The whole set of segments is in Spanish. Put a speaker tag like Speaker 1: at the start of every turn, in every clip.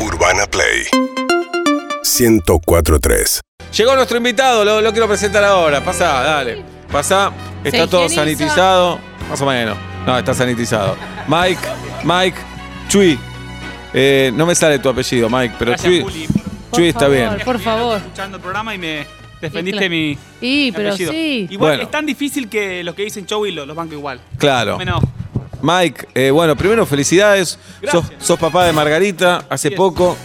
Speaker 1: Urbana Play 1043.
Speaker 2: Llegó nuestro invitado, lo, lo quiero presentar ahora. Pasá, dale. Pasá, está
Speaker 3: Se
Speaker 2: todo
Speaker 3: higieniza.
Speaker 2: sanitizado. Más o menos. No, está sanitizado. Mike, Mike, Chuy. Eh, no me sale tu apellido, Mike, pero
Speaker 4: Gracias,
Speaker 2: Chuy.
Speaker 4: Juli.
Speaker 3: Por
Speaker 2: Chuy está
Speaker 3: favor.
Speaker 2: bien.
Speaker 4: Mira,
Speaker 3: Por
Speaker 4: Juli, loco,
Speaker 3: favor.
Speaker 4: Escuchando el programa y me
Speaker 3: Sí,
Speaker 4: defendiste
Speaker 3: claro.
Speaker 4: mi.
Speaker 3: Y,
Speaker 4: mi
Speaker 3: pero
Speaker 4: apellido.
Speaker 3: sí.
Speaker 4: Igual
Speaker 2: Bueno.
Speaker 4: es tan difícil que los que dicen Chowi los, los banco igual.
Speaker 2: Claro.
Speaker 4: Bueno,
Speaker 2: Mike, eh, bueno, primero felicidades. Sos,
Speaker 4: Gracias.
Speaker 2: sos papá de Margarita hace
Speaker 4: Así es.
Speaker 2: poco.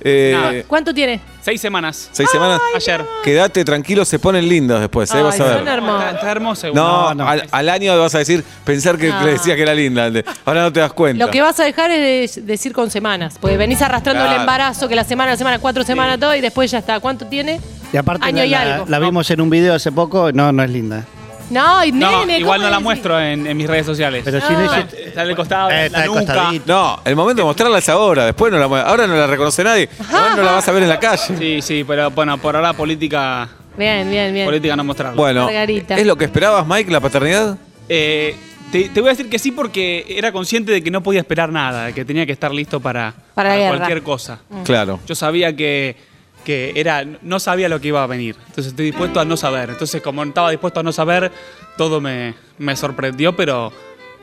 Speaker 2: Eh,
Speaker 4: Nada.
Speaker 3: Ah, ¿Cuánto tiene?
Speaker 4: seis semanas.
Speaker 2: seis semanas.
Speaker 4: Ayer.
Speaker 2: Quédate tranquilo, se ponen lindos después, eh,
Speaker 3: Ay,
Speaker 2: vas a
Speaker 3: son
Speaker 2: ver.
Speaker 3: hermosos.
Speaker 4: Está, está hermoso.
Speaker 2: No, Al, al año vas a decir, pensar que
Speaker 3: No.
Speaker 2: le decías que era linda. antes. Ahora no te das cuenta.
Speaker 3: Lo que vas a dejar es de- decir con semanas, porque venís arrastrando el
Speaker 2: Claro.
Speaker 3: embarazo, que la semana, la semana, cuatro semanas, todo, y después ya está. ¿Cuánto tiene?
Speaker 5: Y aparte
Speaker 3: Año
Speaker 5: la,
Speaker 3: y
Speaker 5: la-
Speaker 3: algo.
Speaker 5: la
Speaker 3: No.
Speaker 5: vimos en un video hace poco, no, no es linda.
Speaker 3: No, y
Speaker 4: No,
Speaker 3: nene,
Speaker 4: igual
Speaker 3: ¿cómo
Speaker 4: no la
Speaker 3: decís?
Speaker 4: muestro en, en mis redes sociales.
Speaker 5: Pero
Speaker 3: No.
Speaker 5: si no
Speaker 4: está, está del costado,
Speaker 5: Eh, está
Speaker 4: la
Speaker 5: de
Speaker 4: nuca.
Speaker 5: costadito.
Speaker 2: No, el momento de mostrarla es ahora, después no la mu- ahora no la reconoce nadie, ahora no la vas a ver en la calle.
Speaker 4: Sí, sí, pero bueno, por ahora política,
Speaker 3: Bien, bien, bien.
Speaker 4: política no mostrarlo.
Speaker 2: Bueno,
Speaker 3: Margarita.
Speaker 2: ¿es lo que esperabas, Mike, la paternidad?
Speaker 4: Eh, te, te voy a decir que sí porque era consciente de que no podía esperar nada, que tenía que estar listo para,
Speaker 3: Para la guerra.
Speaker 4: cualquier cosa.
Speaker 3: Mm.
Speaker 2: Claro.
Speaker 4: Yo sabía que, que era, no sabía lo que iba a venir. Entonces estoy dispuesto a no saber. Entonces, como estaba dispuesto a no saber, todo me, me sorprendió, pero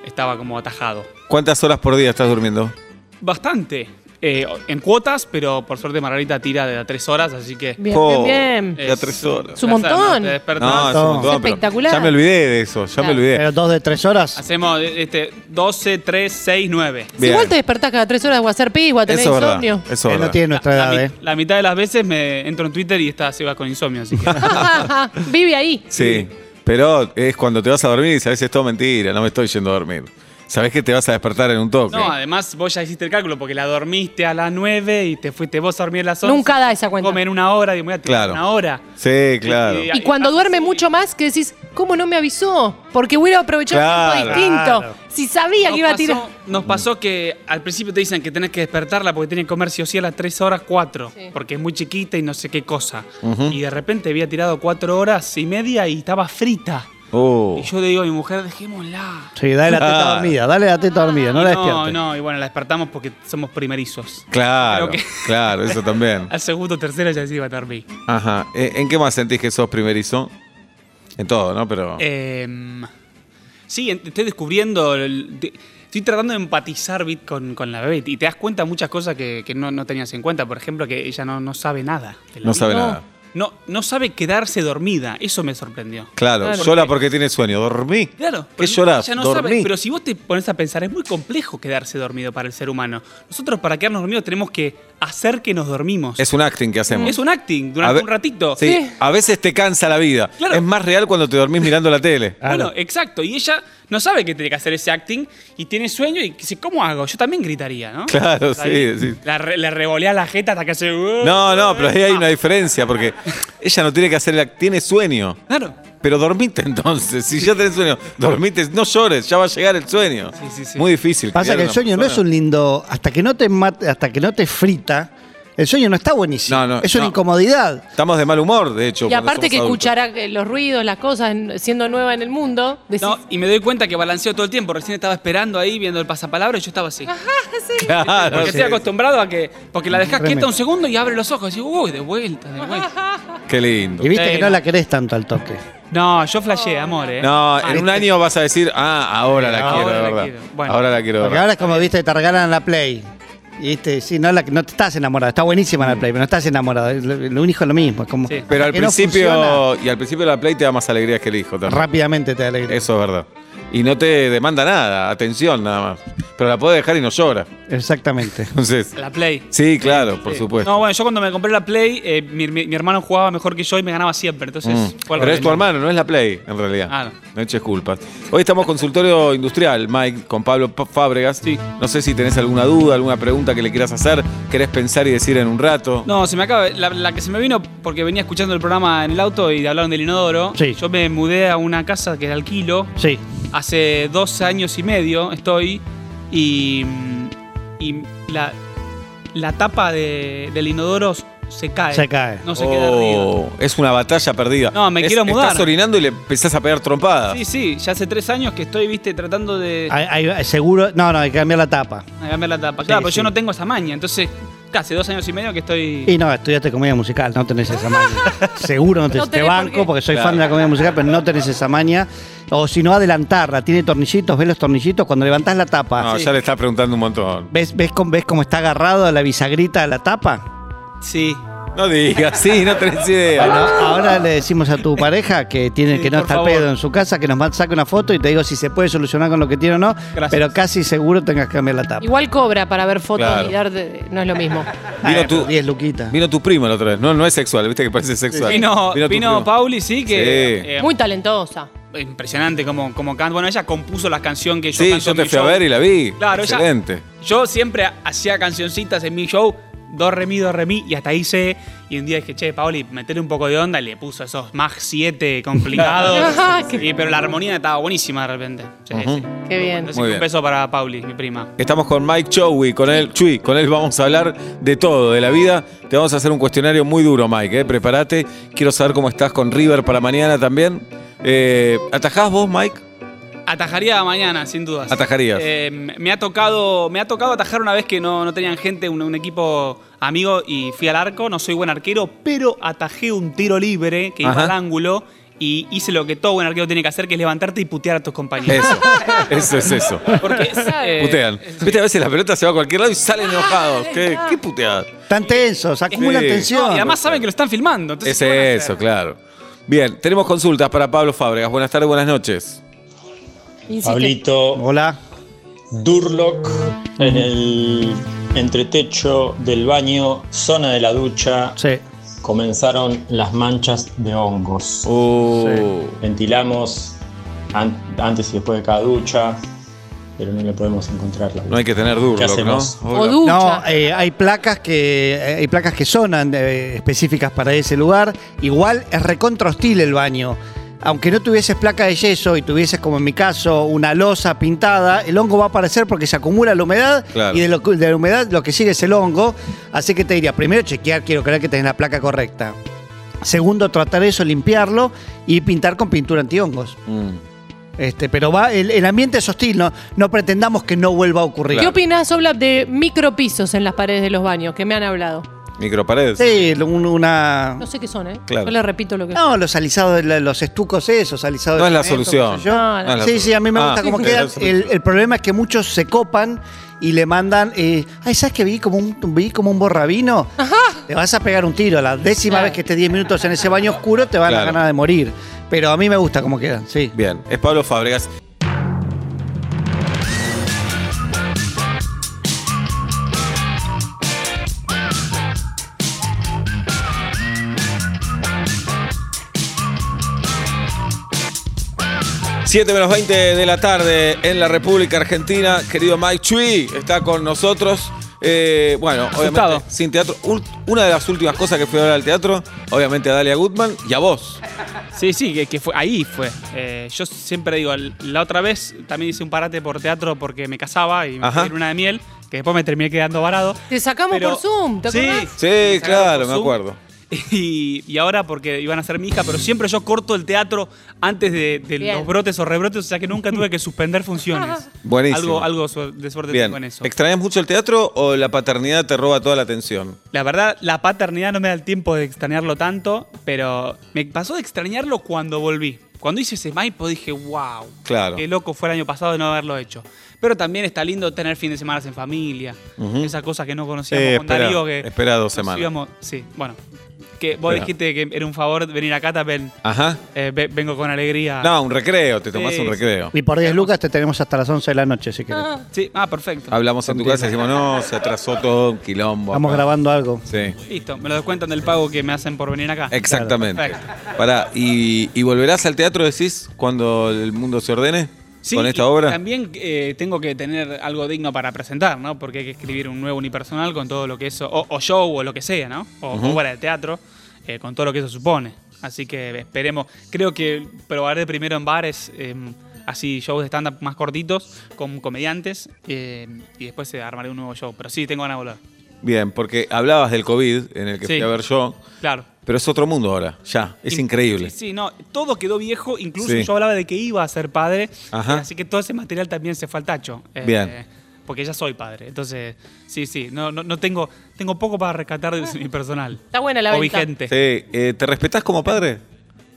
Speaker 4: estaba como atajado.
Speaker 2: ¿Cuántas horas por día estás durmiendo?
Speaker 4: Bastante. eh, en cuotas, pero por suerte Margarita tira de a tres horas, así que.
Speaker 3: Bien,
Speaker 2: Oh,
Speaker 4: Eh,
Speaker 3: bien, bien.
Speaker 2: De a tres horas.
Speaker 3: Es un montón.
Speaker 4: Te despertás.
Speaker 2: No, es un montón,
Speaker 3: Es
Speaker 2: pero
Speaker 3: espectacular.
Speaker 2: Ya me olvidé de eso, ya me
Speaker 3: Claro.
Speaker 2: olvidé.
Speaker 5: Pero dos de tres horas.
Speaker 4: Hacemos este, 12, 3, 6, 9.
Speaker 3: Si igual
Speaker 2: Bien.
Speaker 3: te despertás cada tres horas o a hacer pis o a tener
Speaker 2: Eso es verdad.
Speaker 3: insomnio.
Speaker 2: Eso es
Speaker 5: Él
Speaker 2: verdad.
Speaker 5: no tiene nuestra
Speaker 4: La,
Speaker 5: edad,
Speaker 4: mi-
Speaker 5: ¿eh?
Speaker 4: la mitad de las veces me entro en Twitter y está, se va con insomnio, así que.
Speaker 3: Vive ahí.
Speaker 2: Sí, pero es cuando te vas a dormir y sabes es todo mentira, no me estoy yendo a dormir. Sabes que te vas a despertar en un toque.
Speaker 4: No, además vos ya hiciste el cálculo porque la dormiste a las 9 y te fuiste vos a dormir a las 11.
Speaker 3: Nunca da esa cuenta.
Speaker 4: Comen una hora, digo, voy a tirar
Speaker 2: Claro.
Speaker 4: una hora.
Speaker 2: sí, claro.
Speaker 4: Y-
Speaker 3: Y cuando
Speaker 4: Ah,
Speaker 3: duerme
Speaker 4: sí.
Speaker 3: mucho más, que decís, ¿cómo no me avisó? Porque hubiera aprovechado un
Speaker 2: Claro.
Speaker 3: tiempo distinto.
Speaker 5: Claro.
Speaker 3: Si sabía que iba a
Speaker 4: pasó-
Speaker 3: tirar.
Speaker 4: nos pasó que al principio te dicen que tenés que despertarla porque tiene que comer sí o sí a las 3 horas 4,
Speaker 3: Sí.
Speaker 4: porque es muy chiquita y no sé qué cosa. Y de repente había tirado 4 horas y media y estaba frita.
Speaker 2: Uh.
Speaker 4: Y yo le digo a mi mujer, dejémosla.
Speaker 5: Sí, dale la teta
Speaker 2: Ah.
Speaker 5: dormida, dale la teta dormida, no la
Speaker 4: no,
Speaker 5: despiertes.
Speaker 4: no, y bueno, la despertamos porque somos primerizos.
Speaker 2: Claro,
Speaker 4: Creo que-
Speaker 2: claro, eso también.
Speaker 4: Al segundo, tercero ya se iba a dormir.
Speaker 2: Ajá. Eh, ¿En qué más sentís que sos primerizo? En todo, ¿no? Pero.
Speaker 4: Em, sí, en- estoy descubriendo. el- de- estoy tratando de empatizar Bit, con, con la bebé y te das cuenta muchas cosas que, que no, no tenías en cuenta. Por ejemplo, que ella no, no sabe nada. de la
Speaker 2: no
Speaker 4: vida.
Speaker 2: sabe nada.
Speaker 4: No, no sabe quedarse dormida. Eso me sorprendió.
Speaker 2: Claro,
Speaker 3: Claro.
Speaker 2: llora porque tiene sueño. Dormí.
Speaker 4: Claro,
Speaker 2: ¿Qué
Speaker 4: pero
Speaker 2: lloras?
Speaker 4: ella no
Speaker 2: Dormí.
Speaker 4: sabe. Pero si vos te pones a pensar, es muy complejo quedarse dormido para el ser humano. Nosotros, para quedarnos dormidos, tenemos que hacer que nos dormimos.
Speaker 2: Es un acting que hacemos.
Speaker 4: Es un acting
Speaker 2: A
Speaker 4: durante
Speaker 2: ve-
Speaker 4: un ratito.
Speaker 2: Sí, a veces te cansa la vida.
Speaker 4: Claro.
Speaker 2: Es más real cuando te dormís mirando la tele.
Speaker 4: Bueno, exacto. Y ella no sabe que tiene que hacer ese acting y tiene sueño y dice, ¿cómo hago? Yo también gritaría, ¿no?
Speaker 2: Claro, sí,
Speaker 4: Ahí,
Speaker 2: sí.
Speaker 4: La re- le revolea la jeta hasta que hace...
Speaker 2: No, no, pero ahí hay una diferencia porque ella no tiene que hacer la. Tiene sueño.
Speaker 4: Claro.
Speaker 2: Pero dormite entonces. Si ya tenés sueño, dormite. No llores, ya va a llegar el sueño.
Speaker 4: Sí, sí, sí.
Speaker 2: Muy difícil.
Speaker 5: Pasa
Speaker 2: criar
Speaker 5: que el
Speaker 2: una
Speaker 5: sueño no es
Speaker 2: persona.
Speaker 5: un lindo. Hasta que no te mate, hasta que no te frita, el sueño no está buenísimo.
Speaker 2: No, no,
Speaker 5: es una
Speaker 2: no.
Speaker 5: incomodidad.
Speaker 2: Estamos de mal humor, de hecho.
Speaker 3: Y
Speaker 2: cuando
Speaker 3: aparte
Speaker 2: somos
Speaker 3: que
Speaker 2: adultos.
Speaker 3: escuchará que los ruidos, las cosas, en- siendo nueva en el mundo, decís,
Speaker 4: No, y me doy cuenta que balanceo todo el tiempo. Recién estaba esperando ahí viendo el pasapalabra y yo estaba así.
Speaker 3: "Ah,
Speaker 2: Claro,
Speaker 4: porque
Speaker 2: sí.
Speaker 4: estoy acostumbrado a que... Porque la dejas
Speaker 5: Tremendo.
Speaker 4: quieta un segundo y abre los ojos y digo, uy, de vuelta, de vuelta.
Speaker 2: Qué lindo.
Speaker 5: Y viste
Speaker 4: Sí,
Speaker 5: que no
Speaker 4: no.
Speaker 5: la querés tanto al toque.
Speaker 4: No, yo flasheé, amor, ¿eh?
Speaker 2: No, en un año vas a decir, ah, ahora la
Speaker 4: Ahora
Speaker 2: quiero, de
Speaker 4: la
Speaker 2: verdad.
Speaker 4: quiero. Bueno.
Speaker 2: Ahora la quiero, de
Speaker 5: Porque
Speaker 2: verdad.
Speaker 5: ahora es como viste, te regalan la Play. Y viste, sí, no, la, no te estás enamorado. Está buenísima la Play, pero no estás enamorado. El, el único es lo mismo. Es como,
Speaker 4: Sí.
Speaker 2: Pero al
Speaker 5: que no
Speaker 2: principio,
Speaker 5: funciona,
Speaker 2: y al principio la Play te da más alegrías que el hijo también.
Speaker 5: rápidamente te da alegría.
Speaker 2: Eso es verdad. Y no te demanda nada, atención nada más. Pero la podés dejar y no llora.
Speaker 5: Exactamente.
Speaker 2: Entonces,
Speaker 4: La Play.
Speaker 2: sí, claro, por supuesto.
Speaker 4: No, bueno, yo cuando me compré la Play, eh, mi, mi- mi hermano jugaba mejor que yo y me ganaba siempre. Entonces,
Speaker 2: Mm.
Speaker 4: fue al
Speaker 2: Pero es tu
Speaker 4: revés.
Speaker 2: hermano, no es la Play, en realidad.
Speaker 4: Ah,
Speaker 2: no.
Speaker 4: no.
Speaker 2: eches culpas. Hoy estamos consultorio industrial, Mike, con Pablo P- Fábregas.
Speaker 4: Sí.
Speaker 2: No sé si tenés alguna duda, alguna pregunta que le quieras hacer, querés pensar y decir en un rato.
Speaker 4: No, se me acaba. La, la que se me vino porque venía escuchando el programa en el auto y hablaron del inodoro.
Speaker 5: Sí.
Speaker 4: Yo me mudé a una casa que alquilo.
Speaker 5: Sí.
Speaker 4: Hace dos años y medio estoy. Y. Y la, la tapa de- del inodoro se cae.
Speaker 5: Se cae.
Speaker 4: No se queda arriba.
Speaker 2: Oh, Es una batalla perdida.
Speaker 4: No, me
Speaker 2: Es-
Speaker 4: quiero mudar.
Speaker 2: Estás orinando y le empezás a pegar trompadas.
Speaker 4: Sí, sí, ya hace tres años que estoy, viste, tratando de
Speaker 5: Hay- hay- seguro. No, no, hay que cambiar la tapa.
Speaker 4: cambiar la tapa. claro, pero
Speaker 5: Ah. sí.
Speaker 4: yo no tengo esa maña, entonces. hace dos años y medio que estoy.
Speaker 5: Y no, estudiaste comedia musical, no tenés esa maña. Seguro no te,
Speaker 3: No
Speaker 5: te
Speaker 3: tenés por
Speaker 5: banco
Speaker 3: qué.
Speaker 5: porque soy
Speaker 2: Claro.
Speaker 5: fan de la comedia musical, pero no tenés esa maña. O si no, adelantarla. Tiene tornillitos, ves los tornillitos. Cuando levantás la tapa,
Speaker 2: No, Ah, ya le estás preguntando un montón.
Speaker 5: ¿ves, ves, cómo- ¿ves cómo está agarrado la bisagrita de la tapa?
Speaker 4: Sí.
Speaker 2: No digas, sí, no tenés idea.
Speaker 5: Bueno, ahora le decimos a tu pareja que tiene
Speaker 4: Sí,
Speaker 5: que no
Speaker 4: por
Speaker 5: está al
Speaker 4: favor.
Speaker 5: pedo en su casa, que nos mande- saque una foto y te digo si se puede solucionar con lo que tiene o no,
Speaker 4: Gracias.
Speaker 5: pero casi seguro tengas que cambiar la tapa.
Speaker 3: Igual cobra para ver fotos
Speaker 2: Claro.
Speaker 3: y dar. de- no es lo mismo.
Speaker 2: Vino
Speaker 5: Ay,
Speaker 2: tu-
Speaker 5: pero 10 luquitas.
Speaker 2: Vino tu primo la otra vez. No, no es sexual, viste que parece sexual.
Speaker 4: Vino,
Speaker 2: tu
Speaker 4: vino
Speaker 2: primo.
Speaker 4: Pauli, sí, que.
Speaker 2: Sí.
Speaker 4: eh,
Speaker 3: Muy talentosa.
Speaker 4: impresionante como, como canta. Bueno, ella compuso la canción que yo
Speaker 2: Sí,
Speaker 4: canto
Speaker 2: yo
Speaker 4: en
Speaker 2: te
Speaker 4: mi
Speaker 2: fui a
Speaker 4: show.
Speaker 2: ver y la vi.
Speaker 4: Claro, ella-
Speaker 2: Excelente.
Speaker 4: Yo siempre hacía cancioncitas en mi show, do re mi, do re mi, y hasta hice. Y un día dije, che, Pauli, metele un poco de onda, y le puso esos más siete complicados.
Speaker 3: Ah, qué-
Speaker 4: y, pero la armonía estaba buenísima de repente. Sí, sí.
Speaker 3: Qué bien.
Speaker 4: Entonces,
Speaker 2: Muy bien.
Speaker 4: un beso para Pauli, mi prima.
Speaker 2: Estamos con Mike Chowi, con él, Chui, con él vamos a hablar de todo, de la vida. Te vamos a hacer un cuestionario muy duro, Mike, ¿eh? prepárate. Quiero saber cómo estás con River para mañana también. Eh, ¿Atajás vos, Mike?
Speaker 4: Atajaría mañana, sin dudas.
Speaker 2: Atajarías.
Speaker 4: Eh, me, ha tocado, me ha tocado atajar una vez que no, no tenían gente, un, un equipo amigo, y fui al arco. No soy buen arquero, pero atajé un tiro libre que
Speaker 2: Ajá.
Speaker 4: iba al ángulo. Y hice lo que todo buen arquero tiene que hacer, que es levantarte y putear a tus compañeros.
Speaker 2: Eso, eso es eso.
Speaker 4: Porque eh,
Speaker 2: Putean. Viste, a veces la pelota se va a cualquier lado y salen enojados. ¿Qué, qué puteada?
Speaker 5: Están tensos, acumulan
Speaker 2: Sí.
Speaker 5: tensión.
Speaker 4: Y además saben que lo están filmando. entonces,
Speaker 2: Es
Speaker 4: ¿qué van a
Speaker 2: eso,
Speaker 4: hacer?
Speaker 2: claro. Bien, tenemos consultas para Pablo Fábregas. Buenas tardes, buenas noches.
Speaker 3: Insiste.
Speaker 1: Pablito
Speaker 5: Hola.
Speaker 1: Durlock en el entretecho del baño, zona de la ducha,
Speaker 5: Sí.
Speaker 1: comenzaron las manchas de hongos.
Speaker 2: Uh,
Speaker 1: Ventilamos an- antes y después de cada ducha, pero no le podemos encontrar la
Speaker 2: No hay que tener duro,
Speaker 1: ¿Qué
Speaker 2: ¿no?
Speaker 1: hacemos?
Speaker 3: O
Speaker 5: No,
Speaker 3: ducha.
Speaker 5: eh, hay placas que eh, hay placas que sonan eh, específicas para ese lugar. Igual es recontra hostil el baño. Aunque no tuvieses placa de yeso y tuvieses, como en mi caso, una losa pintada, el hongo va a aparecer porque se acumula la humedad
Speaker 2: Claro.
Speaker 5: y de, lo que- de la humedad lo que sigue es el hongo. Así que te diría, primero chequear, quiero creer que tenés la placa correcta. Segundo, tratar eso, limpiarlo y pintar con pintura antihongos.
Speaker 2: Mm.
Speaker 5: Este, pero va, el, el ambiente es hostil, no, no pretendamos que no vuelva a ocurrir.
Speaker 3: ¿Qué opinás, Oblap, de micropisos en las paredes de los baños que me han hablado?
Speaker 2: Microparedes.
Speaker 5: Sí, un- una.
Speaker 3: No sé qué son, ¿eh?
Speaker 2: Claro.
Speaker 3: Yo le repito lo que.
Speaker 5: No, los alisados, la- los estucos esos, alisados.
Speaker 2: No
Speaker 5: de
Speaker 2: es la
Speaker 5: cemento,
Speaker 2: solución.
Speaker 5: qué sé yo.
Speaker 3: No, no.
Speaker 2: No es la
Speaker 5: Sí, sí, a mí me
Speaker 2: solución.
Speaker 5: gusta
Speaker 2: Ah,
Speaker 5: cómo
Speaker 2: sí,
Speaker 5: queda.
Speaker 2: es la
Speaker 5: El,
Speaker 2: solución.
Speaker 5: el problema es que muchos se copan y le mandan. eh, Ay, ¿sabes que vi como un, vi como un borrabino? Te vas a pegar un tiro. La décima
Speaker 3: Claro.
Speaker 5: vez que estés 10 minutos en ese baño oscuro te van a
Speaker 2: Claro.
Speaker 5: ganar de morir. Pero a mí me gusta cómo quedan, sí.
Speaker 2: Bien, es Pablo Fábregas. Siete menos 20 de la tarde en la República Argentina. Querido Mike Chui está con nosotros. Eh, bueno,
Speaker 4: Asustado.
Speaker 2: obviamente, sin teatro. Ul- Una de las últimas cosas que fui a ver al teatro, obviamente a Dalia Goodman y a vos.
Speaker 4: Sí, sí, que, que fue, ahí fue. Eh, yo siempre digo, la otra vez también hice un parate por teatro porque me casaba y me
Speaker 2: Ajá.
Speaker 4: fui en una de miel, que después me terminé quedando varado.
Speaker 3: Te sacamos
Speaker 4: Pero-
Speaker 3: por Zoom, ¿te
Speaker 4: Sí,
Speaker 3: acordás?
Speaker 2: Sí,
Speaker 4: me sacaron
Speaker 2: claro,
Speaker 4: por
Speaker 2: me
Speaker 4: Zoom.
Speaker 2: acuerdo.
Speaker 4: Y, y ahora porque iban a ser mi hija, pero siempre yo corto el teatero antes de, de
Speaker 3: Bien.
Speaker 4: los brotes o rebrotes, o sea que nunca tuve que suspender funciones.
Speaker 2: Buenísimo.
Speaker 4: Algo, algo su- de suerte
Speaker 2: Bien.
Speaker 4: tengo en eso.
Speaker 2: ¿Extrañas mucho el teatro o la paternidad te roba toda la atención?
Speaker 4: La verdad, la paternidad no me da el tiempo de extrañarlo tanto, pero me pasó de extrañarlo cuando volví. Cuando hice ese Maipo dije, wow,
Speaker 2: Claro.
Speaker 4: qué loco fue el año pasado de no haberlo hecho. Pero también está lindo tener fin de semana en familia, esas cosas que no conocíamos
Speaker 2: Eh,
Speaker 4: con
Speaker 2: espera,
Speaker 4: Darío. Que
Speaker 2: espera dos
Speaker 4: nos
Speaker 2: semanas.
Speaker 4: íbamos- sí, bueno. Que vos
Speaker 2: Espera.
Speaker 4: dijiste que era un favor venir acá también.
Speaker 2: Ajá.
Speaker 4: eh, ve- vengo con alegría.
Speaker 2: No, un recreo, te tomás
Speaker 4: Sí,
Speaker 2: un
Speaker 4: sí.
Speaker 2: recreo.
Speaker 5: Y por 10 lucas te tenemos hasta las 11 de la noche, si querés.
Speaker 4: Sí, ah, perfecto.
Speaker 2: Hablamos en tu casa y decimos, no, se atrasó todo un quilombo.
Speaker 5: Estamos
Speaker 2: acá".
Speaker 5: grabando algo.
Speaker 2: Sí.
Speaker 4: Listo, me lo descuentan del pago que me hacen por venir acá.
Speaker 2: Exactamente.
Speaker 4: Perfecto.
Speaker 2: Pará, ¿y, y volverás al teatro, decís, cuando el mundo se ordene?
Speaker 4: Sí,
Speaker 2: ¿Con esta
Speaker 4: y
Speaker 2: obra?
Speaker 4: También eh, tengo que tener algo digno para presentar, ¿no? Porque hay que escribir un nuevo unipersonal con todo lo que eso, o, o show o lo que sea, ¿no? O obra de teatro, eh, con todo lo que eso supone. Así que esperemos. Creo que probaré primero en bares, eh, así shows de stand-up más cortitos, con comediantes, eh, y después eh, armaré un nuevo show. Pero sí, tengo ganas de volver.
Speaker 2: Bien, porque hablabas del COVID en el que
Speaker 4: Sí.
Speaker 2: fui a ver yo,
Speaker 4: Claro.
Speaker 2: pero es otro mundo ahora, ya, es
Speaker 4: In-
Speaker 2: increíble.
Speaker 4: Sí, sí, no, todo quedó viejo, incluso
Speaker 2: Sí.
Speaker 4: yo hablaba de que iba a ser padre,
Speaker 2: Ajá.
Speaker 4: eh, así que todo ese material también se fue al tacho. Eh,
Speaker 2: Bien.
Speaker 4: porque ya soy padre. Entonces, sí, sí, no, no, no tengo, tengo poco para rescatar de mi personal.
Speaker 3: Está buena la
Speaker 4: O
Speaker 3: venta.
Speaker 4: vigente.
Speaker 2: Sí, eh, ¿Te respetás como padre?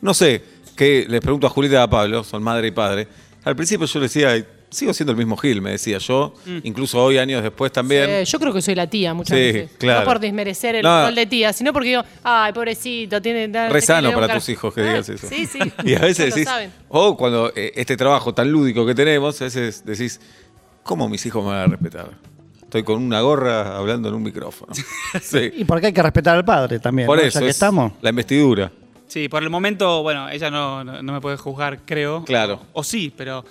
Speaker 2: No sé, que les pregunto a Julita y a Pablo, son madre y padre. Al principio yo le decía, "Ay, sigo siendo el mismo Gil, me decía yo, incluso hoy, años después también.
Speaker 3: Sí, yo creo que soy la tía muchas
Speaker 2: Sí,
Speaker 3: veces.
Speaker 2: claro.
Speaker 3: No por desmerecer el
Speaker 2: No.
Speaker 3: rol de tía, sino porque digo, ay, pobrecito, tiene. da-
Speaker 2: Re sano
Speaker 3: tiene un
Speaker 2: para
Speaker 3: car-
Speaker 2: tus hijos que
Speaker 3: Ah,
Speaker 2: digas eso.
Speaker 3: Sí, sí.
Speaker 2: Y a
Speaker 3: Ya
Speaker 2: veces
Speaker 3: lo
Speaker 2: decís,
Speaker 3: saben.
Speaker 2: o cuando eh, este trabajo tan lúdico que tenemos, a veces decís, ¿cómo mis hijos me van a respetar? Estoy con una gorra hablando en un micrófono. Sí.
Speaker 5: Y porque hay que respetar al padre también.
Speaker 2: Por
Speaker 5: ¿no?
Speaker 2: eso
Speaker 5: Ya que
Speaker 2: es
Speaker 5: estamos.
Speaker 2: la investidura.
Speaker 4: Sí, por el momento, bueno, ella no, no- no me puede juzgar, creo.
Speaker 2: Claro.
Speaker 4: O, o sí, pero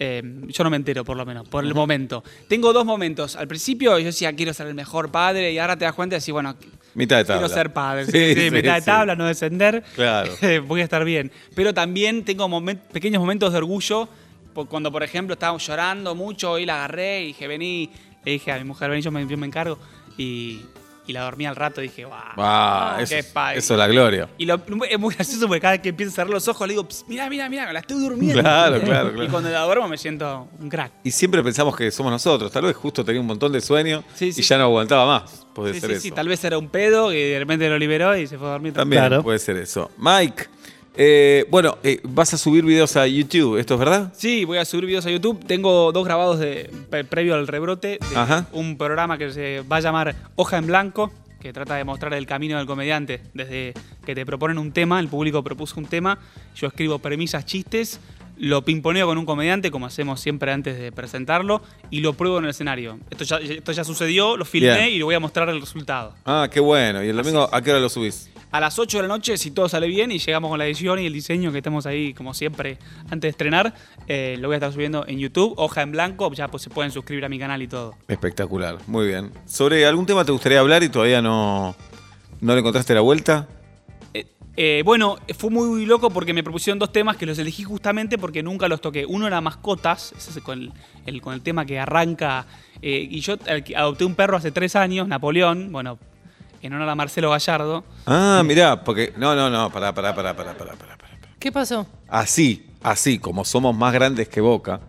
Speaker 4: eh, yo no me entero, por lo menos, por el momento. Tengo dos momentos. Al principio yo decía, quiero ser el mejor padre, y ahora te das cuenta y decís, bueno,
Speaker 2: Mitad de tabla.
Speaker 4: quiero ser padre.
Speaker 2: Sí,
Speaker 4: Sí, sí,
Speaker 2: sí,
Speaker 4: mitad de
Speaker 2: sí.
Speaker 4: tabla, no descender.
Speaker 2: Claro.
Speaker 4: Eh, voy a estar bien. Pero también tengo momen- pequeños momentos de orgullo. por cuando, por ejemplo, estaba llorando mucho y la agarré y dije, vení. Le dije a mi mujer, vení, yo me, yo me encargo. Y, y la dormí al rato y dije, guau.
Speaker 2: Ah,
Speaker 4: qué
Speaker 2: eso, es-
Speaker 4: padre".
Speaker 2: eso es la gloria.
Speaker 4: Y lo, es muy gracioso porque cada vez que empiezo a cerrar los ojos le digo, "Ps, mirá, mirá, mirá, la estoy durmiendo.
Speaker 2: Claro, claro, claro.
Speaker 4: Y cuando la duermo me siento un crack.
Speaker 2: Y siempre pensamos que somos nosotros. Tal vez justo tenía un montón de sueño
Speaker 4: Sí, sí.
Speaker 2: y ya no aguantaba más. Puede
Speaker 4: Sí,
Speaker 2: ser
Speaker 4: sí,
Speaker 2: eso.
Speaker 4: sí, tal vez era un pedo y de repente lo liberó y se fue a dormir.
Speaker 2: También
Speaker 5: Claro.
Speaker 2: puede ser eso. Mike, eh, bueno, eh, vas a subir videos a YouTube, ¿esto es verdad?
Speaker 4: Sí, voy a subir videos a YouTube. Tengo dos grabados de, pre- previo al rebrote de
Speaker 2: Ajá.
Speaker 4: un programa que se va a llamar Hoja en Blanco, que trata de mostrar el camino del comediante. Desde que te proponen un tema, el público propuso un tema, yo escribo premisas, chistes, lo pimponeo con un comediante, como hacemos siempre antes de presentarlo, y lo pruebo en el escenario. Esto ya, esto ya sucedió, lo filmé
Speaker 2: Bien.
Speaker 4: y le voy a mostrar el resultado.
Speaker 2: Ah, qué bueno. ¿Y el domingo a qué hora lo subís?
Speaker 4: A las 8 de la noche, si todo sale bien y llegamos con la edición y el diseño que estamos ahí, como siempre, antes de estrenar, eh, lo voy a estar subiendo en YouTube, hoja en blanco, ya pues, se pueden suscribir a mi canal y todo.
Speaker 2: Espectacular, muy bien. ¿Sobre algún tema te gustaría hablar y todavía no, no le encontraste la vuelta?
Speaker 4: Eh, eh, bueno, fue muy loco porque me propusieron dos temas que los elegí justamente porque nunca los toqué. Uno era mascotas, ese es con el, el- con el tema que arranca. eh, y yo eh, adopté un perro hace tres años, Napoleón, bueno, en honor a Marcelo Gallardo.
Speaker 2: Ah, mirá, porque. No, no, no, pará, pará, pará, pará, pará, pará. pará.
Speaker 3: ¿Qué pasó?
Speaker 2: Así, así, como somos más grandes que Boca,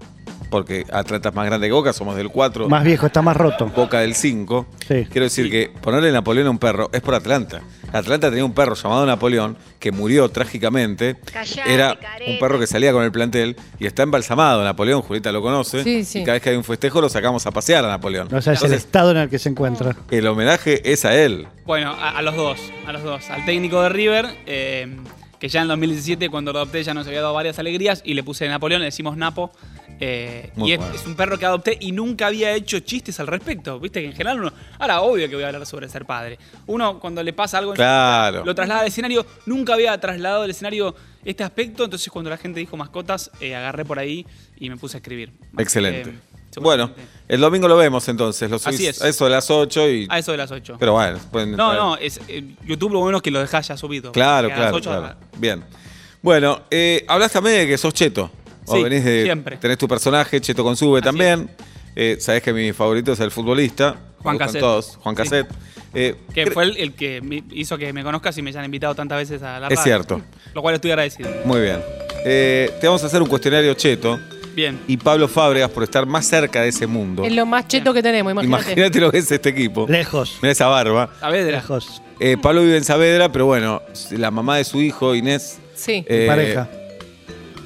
Speaker 2: porque Atlanta es más grande que Boca, somos del 4.
Speaker 5: Más viejo, está más roto.
Speaker 2: Boca del 5.
Speaker 5: Sí.
Speaker 2: Quiero decir que ponerle Napoleón a un perro es por Atlanta. Atlanta tenía un perro llamado Napoleón que murió trágicamente.
Speaker 6: Callate,
Speaker 2: Era un
Speaker 6: careta.
Speaker 2: perro que salía con el plantel y está embalsamado. Napoleón, Julieta lo conoce.
Speaker 3: Sí, sí.
Speaker 2: Y cada vez que hay un festejo lo sacamos a pasear a Napoleón.
Speaker 5: O sea, es el
Speaker 2: Entonces,
Speaker 5: estado en el que se encuentra.
Speaker 2: el homenaje es a él.
Speaker 4: Bueno, a, a los dos, a los dos. Al técnico de River, eh, que ya en 2017 cuando lo adopté ya nos había dado varias alegrías y le puse Napoleón, le decimos Napo. eh,
Speaker 2: Muy
Speaker 4: y es,
Speaker 2: bueno.
Speaker 4: es un perro que adopté y nunca había hecho chistes al respecto. Viste que en general uno... Ahora, obvio que voy a hablar sobre ser padre. Uno cuando le pasa algo... en su
Speaker 2: Claro.
Speaker 4: lo traslada al escenario. Nunca había trasladado al escenario este aspecto. Entonces, cuando la gente dijo mascotas, eh, agarré por ahí y me puse a escribir. Así que, eh,
Speaker 2: Excelente.
Speaker 4: seguramente-
Speaker 2: bueno, el domingo lo vemos entonces. Lo subís
Speaker 4: Así es.
Speaker 2: a eso de las 8 y.
Speaker 4: A eso de las 8.
Speaker 2: Pero bueno, pueden
Speaker 4: No,
Speaker 2: entrar.
Speaker 4: no, es, eh, YouTube lo bueno es que lo dejás ya subido.
Speaker 2: Claro,
Speaker 4: Que a las
Speaker 2: claro,
Speaker 4: ocho-
Speaker 2: claro. Bien. Bueno, eh, hablas también de que sos cheto. O
Speaker 4: Sí,
Speaker 2: venís de.
Speaker 4: siempre.
Speaker 2: Tenés tu personaje, Cheto Consube
Speaker 4: Así
Speaker 2: también. Eh, Sabés que mi favorito es el futbolista. Me
Speaker 4: Juan
Speaker 2: gustan
Speaker 4: Cassette.
Speaker 2: todos. Juan
Speaker 4: Sí.
Speaker 2: Cassette. Eh,
Speaker 4: Que
Speaker 2: cre-
Speaker 4: fue el, el que me hizo que me conozcas y me hayan invitado tantas veces a la
Speaker 2: Es
Speaker 4: radio.
Speaker 2: cierto.
Speaker 4: Lo cual estoy agradecido.
Speaker 2: Muy bien. Eh, te vamos a hacer un cuestionario cheto.
Speaker 4: Bien.
Speaker 2: Y Pablo Fábregas, por estar más cerca de ese mundo.
Speaker 3: Es lo más cheto que tenemos, imagínate.
Speaker 2: Imagínate lo que es este equipo.
Speaker 5: Lejos.
Speaker 2: Mirá esa barba.
Speaker 4: A ver, de la-
Speaker 5: Lejos.
Speaker 2: Eh, Pablo vive en Saavedra, pero bueno, la mamá de su hijo, Inés.
Speaker 3: Sí.
Speaker 2: eh,
Speaker 5: pareja.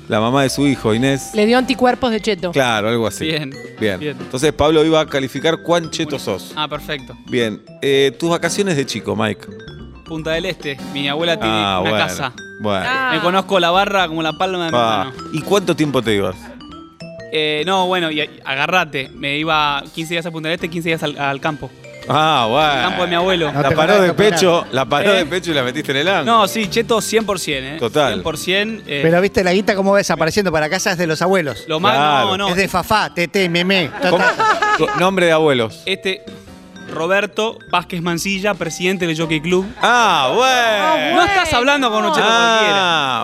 Speaker 2: La mamá de su hijo, Inés.
Speaker 3: Le dio anticuerpos de cheto.
Speaker 2: Claro, algo así.
Speaker 4: Bien,
Speaker 2: Bien.
Speaker 4: bien.
Speaker 2: Entonces Pablo iba a calificar cuán cheto sos.
Speaker 4: Ah, perfecto.
Speaker 2: Bien. Eh, tus vacaciones de chico, Mike.
Speaker 4: Punta del Este. Mi abuela tiene
Speaker 2: Ah,
Speaker 4: una
Speaker 2: bueno.
Speaker 4: casa.
Speaker 2: Bueno.
Speaker 3: Ah.
Speaker 4: Me conozco la barra como la palma de mi
Speaker 2: Ah,
Speaker 4: mano.
Speaker 2: ¿Y cuánto tiempo te ibas?
Speaker 4: Eh, no, bueno, y agarrate. Me iba 15 días a Punta del Este, 15 días al, al campo.
Speaker 2: Ah, bueno.
Speaker 4: Al campo de mi abuelo.
Speaker 5: No
Speaker 2: la
Speaker 5: te
Speaker 2: paró
Speaker 5: acordás
Speaker 2: de
Speaker 5: de operar.
Speaker 2: pecho, la paró
Speaker 4: Eh.
Speaker 2: de pecho y la metiste en el ángulo.
Speaker 4: No, sí, cheto 100%, ¿eh?
Speaker 2: Total.
Speaker 4: 100%. eh,
Speaker 5: Pero viste la guita cómo va desapareciendo para casa es de los abuelos.
Speaker 4: lo más,
Speaker 2: Claro.
Speaker 4: no, no.
Speaker 5: Es de Fafá, Tete, Meme. ta,
Speaker 2: eh. ¿Cómo?
Speaker 5: ta.
Speaker 2: Tu Nombre de abuelos.
Speaker 4: Este, Roberto Vázquez Mancilla, presidente del Jockey Club.
Speaker 2: Ah,
Speaker 3: Ah,
Speaker 2: bueno.
Speaker 4: No estás hablando con un cheto cualquiera.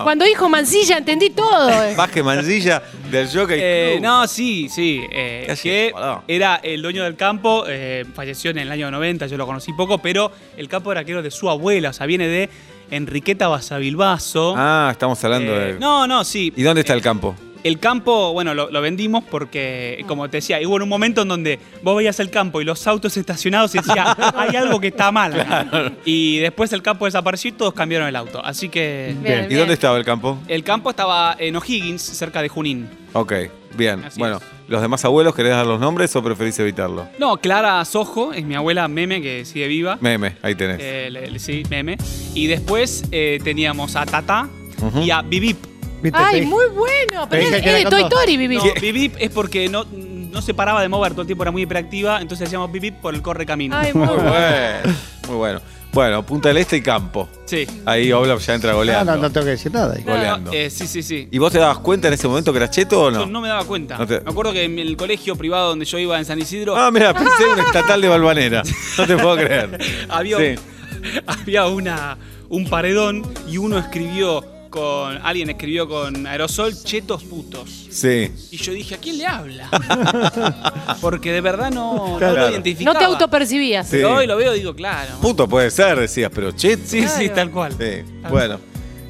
Speaker 2: Ah,
Speaker 3: Cuando dijo Mancilla entendí todo. eh.
Speaker 2: Vázquez Mancilla del Jockey
Speaker 4: Eh,
Speaker 2: Club.
Speaker 4: no, sí, sí. eh,
Speaker 2: ¿Qué hacía?
Speaker 4: que
Speaker 2: Pará.
Speaker 4: era el dueño del campo, eh, falleció en el año 90, yo lo conocí poco, pero el campo era creo de su abuela, o sea, viene de Enriqueta Basavilbaso.
Speaker 2: Ah, estamos hablando
Speaker 4: Eh,
Speaker 2: de...
Speaker 4: No, no, sí.
Speaker 2: ¿Y dónde está el campo?
Speaker 4: El campo, bueno, lo, lo vendimos porque, como te decía, hubo un momento en donde vos veías el campo y los autos estacionados y decías, hay algo que está mal. Y después el campo desapareció y todos cambiaron el auto. Así que
Speaker 3: Bien,
Speaker 2: ¿Y
Speaker 3: bien.
Speaker 4: eh.
Speaker 2: dónde estaba el campo?
Speaker 4: el campo estaba en O'Higgins, cerca de Junín.
Speaker 2: Ok, bien.
Speaker 4: Así
Speaker 2: bueno,
Speaker 4: es.
Speaker 2: ¿los demás abuelos querés dar los nombres o preferís evitarlo?
Speaker 4: No, Clara Sojo es mi abuela meme que sigue viva.
Speaker 2: Meme, ahí tenés.
Speaker 4: Eh, le- le- sí, meme. Y después eh, teníamos a Tata
Speaker 2: Ujú.
Speaker 4: y a Bibip.
Speaker 5: ¿Viste?
Speaker 3: Ay,
Speaker 5: Te-
Speaker 3: muy bueno. Pero
Speaker 5: dije
Speaker 3: es,
Speaker 5: que era
Speaker 3: es de
Speaker 5: con
Speaker 3: Toy
Speaker 5: dos.
Speaker 3: Story, Vivi.
Speaker 4: No, Bibip es porque no, no se paraba de mover, todo el tiempo era muy hiperactiva, entonces decíamos Bibip por el corre camino.
Speaker 3: Ay, muy
Speaker 2: Muy
Speaker 3: bueno.
Speaker 2: bueno. Muy bueno. Bueno, Punta del Este y Campo.
Speaker 4: Sí.
Speaker 2: Ahí Oblap ya entra
Speaker 5: Ah,
Speaker 2: goleando.
Speaker 5: no, no tengo que decir nada. ahí.
Speaker 4: No, no,
Speaker 2: Goleando.
Speaker 4: eh, sí, sí, sí.
Speaker 2: ¿Y vos te dabas cuenta en ese momento que eras cheto o
Speaker 4: Yo
Speaker 2: no?
Speaker 4: no me daba cuenta.
Speaker 2: No te-
Speaker 4: Me acuerdo que en el colegio privado donde yo iba en San Isidro
Speaker 2: Ah, mira, pensé en un estatal de Balvanera. No te puedo creer.
Speaker 4: había,
Speaker 2: Sí.
Speaker 4: había una, un paredón y uno escribió con. Alguien escribió con aerosol chetos putos.
Speaker 2: Sí.
Speaker 4: Y yo dije, ¿a quién le habla? Porque de verdad no, no
Speaker 2: Claro.
Speaker 4: lo identificaba.
Speaker 3: No te autopercibías.
Speaker 2: Sí.
Speaker 4: Pero hoy lo veo y digo, claro.
Speaker 2: Puto puede ser, decías, pero cheto.
Speaker 4: Sí, sí,
Speaker 3: Claro.
Speaker 4: tal cual.
Speaker 2: Sí. Bueno.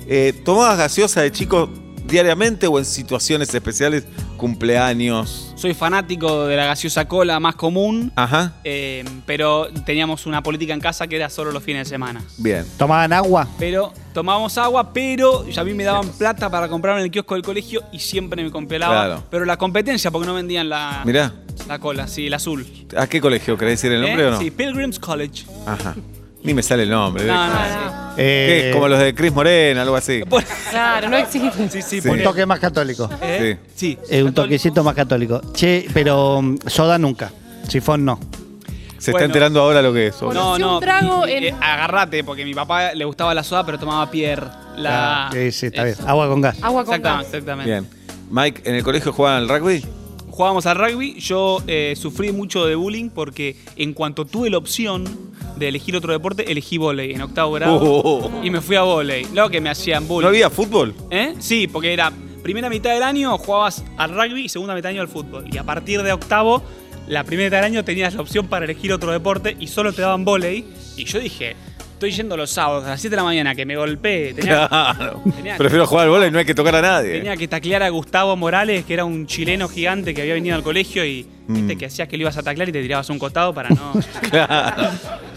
Speaker 2: Eh, ¿Tomabas gaseosa de chico diariamente o en situaciones especiales? Cumpleaños.
Speaker 4: Soy fanático de la gaseosa cola más común,
Speaker 2: Ajá.
Speaker 4: eh, pero teníamos una política en casa que era solo los fines de semana.
Speaker 2: Bien.
Speaker 5: ¿Tomaban agua?
Speaker 4: Pero tomábamos agua, pero ya a mí me daban plata para comprar en el kiosco del colegio y siempre me compré el agua.
Speaker 2: Claro.
Speaker 4: Pero la competencia, porque no vendían la,
Speaker 2: Mirá.
Speaker 4: la cola, sí, el azul.
Speaker 2: ¿A qué colegio querés decir el nombre
Speaker 4: ¿Eh?
Speaker 2: o no?
Speaker 4: Sí, Pilgrims College.
Speaker 2: Ajá. Ni me sale el nombre.
Speaker 4: No, no,
Speaker 3: Ah,
Speaker 2: ¿Qué?
Speaker 5: Eh,
Speaker 2: Como los de Cris Morena, algo así.
Speaker 4: sí. Pon-
Speaker 3: Claro, no existe.
Speaker 4: Sí, sí,
Speaker 2: Sí.
Speaker 5: Un
Speaker 4: poné-
Speaker 5: toque más católico.
Speaker 4: ¿Eh? Sí.
Speaker 5: Eh, un toquecito más católico. Che, pero mm, soda nunca. Sifón no.
Speaker 2: Se está
Speaker 4: Bueno.
Speaker 2: enterando ahora lo que es. Oblap.
Speaker 4: No,
Speaker 3: Conocí
Speaker 4: no.
Speaker 3: un trago
Speaker 4: y- y-
Speaker 3: en-
Speaker 4: eh, agarrate, porque a mi papá le gustaba la soda, pero tomaba Pierre. La...
Speaker 5: Ah, Sí, sí, está bien.
Speaker 4: Eso.
Speaker 5: Agua con gas.
Speaker 3: Agua con
Speaker 4: Exactamente,
Speaker 3: gas.
Speaker 4: exactamente.
Speaker 2: Bien. Mike, ¿en el colegio jugaban al rugby?
Speaker 4: Jugábamos al rugby. Yo eh, sufrí mucho de bullying porque en cuanto tuve la opción de elegir otro deporte, elegí volei en octavo grado.
Speaker 2: Oh.
Speaker 4: Y me fui a volei. Lo que me hacían bullying.
Speaker 2: ¿No había fútbol?
Speaker 4: ¿Eh? Sí, porque era primera mitad del año jugabas al rugby y segunda mitad del año al fútbol. Y a partir de octavo, la primera mitad del año tenías la opción para elegir otro deporte y solo te daban volei. Y yo dije, estoy yendo los sábados a las 7 de la mañana que me golpeé. Tenía,
Speaker 2: Claro.
Speaker 4: tenía-
Speaker 2: Prefiero jugar al y no hay que tocar a nadie.
Speaker 4: tenía que taclear a Gustavo Morales, que era un chileno gigante que había venido al colegio y
Speaker 2: Mm.
Speaker 4: viste que hacías que lo ibas a taclear y te tirabas a un costado para no.
Speaker 2: Claro.